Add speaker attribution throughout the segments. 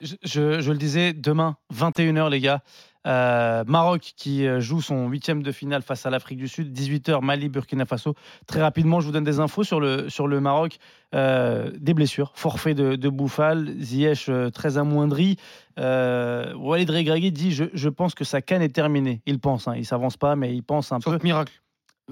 Speaker 1: je, je- je le disais, demain, 21h, les gars. Euh, Maroc qui euh, joue son huitième de finale face à l'Afrique du Sud. 18h, Mali, Burkina Faso. Très rapidement, je vous donne des infos sur le, sur le Maroc. Euh, des blessures, forfait de, de Bouffal, Ziyech euh, très amoindri. Euh, Walid Regragui dit je, je pense que sa canne est terminée. Il pense, hein, il s'avance pas, mais il pense un peu.
Speaker 2: Sauf miracle.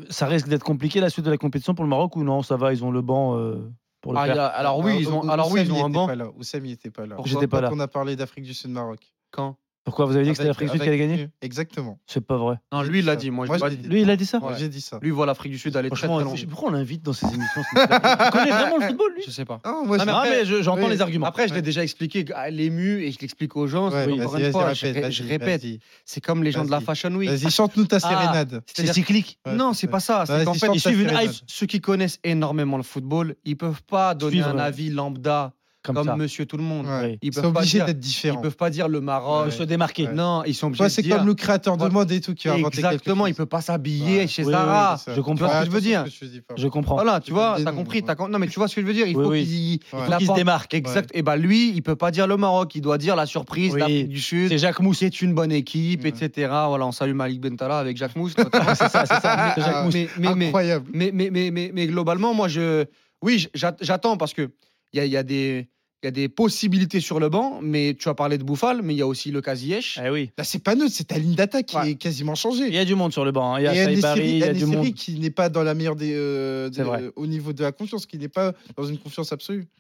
Speaker 1: Ça risque d'être compliqué la suite de la compétition pour le Maroc ou non Ça va, ils ont le banc euh, pour le
Speaker 2: Ah,
Speaker 1: faire.
Speaker 2: il y a- alors oui, ils ont, alors oui, ils ont un banc.
Speaker 3: Oussami était pas là.
Speaker 2: Pourquoi
Speaker 1: J'étais pas là.
Speaker 3: On a parlé d'Afrique du Sud Maroc.
Speaker 2: Quand
Speaker 1: Pourquoi vous avez dit que c'était
Speaker 3: Avec-
Speaker 1: l'Afrique du Sud qui
Speaker 3: avec-
Speaker 1: allait gagner
Speaker 3: Exactement.
Speaker 1: C'est pas vrai.
Speaker 2: Non,
Speaker 3: J'ai
Speaker 2: lui, il
Speaker 3: dit
Speaker 2: l'a
Speaker 3: ça.
Speaker 2: dit. Moi,
Speaker 3: Moi,
Speaker 2: j'ai pas
Speaker 3: je l'ai
Speaker 2: dit.
Speaker 3: dit.
Speaker 1: Lui, il a dit ça
Speaker 2: Ouais.
Speaker 3: J'ai dit ça.
Speaker 2: Lui, il voit l'Afrique du Sud aller très très
Speaker 1: Franchement,
Speaker 2: loin.
Speaker 1: je- pourquoi on l'invite dans ces émissions ce mec-là Il connaît vraiment le football, lui
Speaker 2: Je sais pas.
Speaker 3: Ah,
Speaker 2: Non,
Speaker 3: moi, je-
Speaker 2: mais
Speaker 1: Non,
Speaker 2: après-
Speaker 1: mais je- j'entends
Speaker 3: oui.
Speaker 1: les arguments.
Speaker 2: Après, je l'ai
Speaker 3: Ouais.
Speaker 2: déjà expliqué à l'ému et je l'explique aux gens.
Speaker 3: Ouais,
Speaker 2: c'est-
Speaker 3: vas-y,
Speaker 2: encore une
Speaker 3: vas-y,
Speaker 2: fois, je,
Speaker 3: répète,
Speaker 2: ré-
Speaker 3: vas-y,
Speaker 2: je répète,
Speaker 3: vas-y.
Speaker 2: c'est comme les gens de la
Speaker 3: Vas-y.
Speaker 2: Fashion Week.
Speaker 3: Vas-y, chante-nous ta
Speaker 2: Ah,
Speaker 3: sérénade.
Speaker 1: C'est
Speaker 2: C'est-à-dire-
Speaker 1: cyclique.
Speaker 3: Ouais,
Speaker 2: non, c'est pas ça.
Speaker 3: Vas-y,
Speaker 2: C'est qu'en fait,
Speaker 3: sors
Speaker 2: ils
Speaker 3: ta
Speaker 2: suivent une
Speaker 3: sérénade.
Speaker 2: hype. Ceux qui connaissent énormément le football, ils peuvent pas donner
Speaker 1: Suivre,
Speaker 2: un
Speaker 1: ouais.
Speaker 2: avis lambda
Speaker 1: comme,
Speaker 2: comme,
Speaker 1: ça.
Speaker 2: Monsieur Tout le Monde.
Speaker 3: Ouais.
Speaker 1: Oui.
Speaker 2: Ils
Speaker 3: Ils sont
Speaker 2: peuvent pas
Speaker 3: obligés
Speaker 2: dire-
Speaker 3: d'être
Speaker 2: Ils
Speaker 3: différents.
Speaker 2: peuvent pas dire le Maroc.
Speaker 1: De se démarquer.
Speaker 3: Ouais.
Speaker 2: Non, ils sont
Speaker 3: Toi,
Speaker 2: obligés
Speaker 3: c'est
Speaker 2: de dire.
Speaker 3: comme le créateur de
Speaker 2: Voilà.
Speaker 3: mode et tout qui a inventé quelque
Speaker 2: Exactement,
Speaker 3: chose.
Speaker 2: il peut pas s'habiller
Speaker 3: Ouais.
Speaker 2: chez
Speaker 1: Oui, oui,
Speaker 2: Zara.
Speaker 3: c'est ça.
Speaker 1: Je
Speaker 2: Tu vois
Speaker 1: comprends.
Speaker 2: ce que je veux dire
Speaker 3: Attention ce que tu dis, pardon.
Speaker 1: Je comprends.
Speaker 2: Voilà,
Speaker 3: Tu
Speaker 2: tu vois,
Speaker 3: donnes des
Speaker 2: t'as
Speaker 3: noms,
Speaker 2: compris,
Speaker 3: ouais.
Speaker 2: t'as com- Non, mais tu vois ce que je veux dire. Il
Speaker 1: Oui,
Speaker 2: faut
Speaker 1: oui.
Speaker 2: qu'il il
Speaker 3: Ouais.
Speaker 2: faut
Speaker 3: Faut
Speaker 1: Qui se
Speaker 2: apporte-
Speaker 1: démarque.
Speaker 2: Exact. Et bah lui, il peut pas dire le Maroc. Il doit dire la surprise,
Speaker 1: Oui.
Speaker 2: l'Afrique du Sud.
Speaker 1: C'est Jacques Mousse.
Speaker 2: C'est une bonne équipe,
Speaker 3: Ouais.
Speaker 2: etc. Voilà, on salue Malik Bentala avec Jacques Mousse. notamment.
Speaker 1: C'est ça, c'est ça. C'est Jacques Mousse.
Speaker 2: mais, mais, mais,
Speaker 3: Incroyable.
Speaker 2: mais, mais, mais, mais- mais globalement, moi, je, oui, j- j'at- j'attends parce que il y a, il y a des, il y a des possibilités sur le banc. Mais tu as parlé de Bouffal, mais il y a aussi le Casiesh.
Speaker 1: Eh oui.
Speaker 3: Là, c'est pas neutre, c'est ta ligne d'attaque qui
Speaker 2: Ouais.
Speaker 3: est quasiment
Speaker 1: Il
Speaker 3: changée.
Speaker 1: y a du monde sur le banc. hein. Il y a
Speaker 3: Et
Speaker 1: Saïbari, il y a
Speaker 3: Anne
Speaker 1: du monde.
Speaker 3: qui n'est pas dans la meilleure des, euh,
Speaker 1: C'est
Speaker 3: de-
Speaker 1: vrai.
Speaker 3: au niveau de la confiance, qui n'est pas dans une confiance absolue.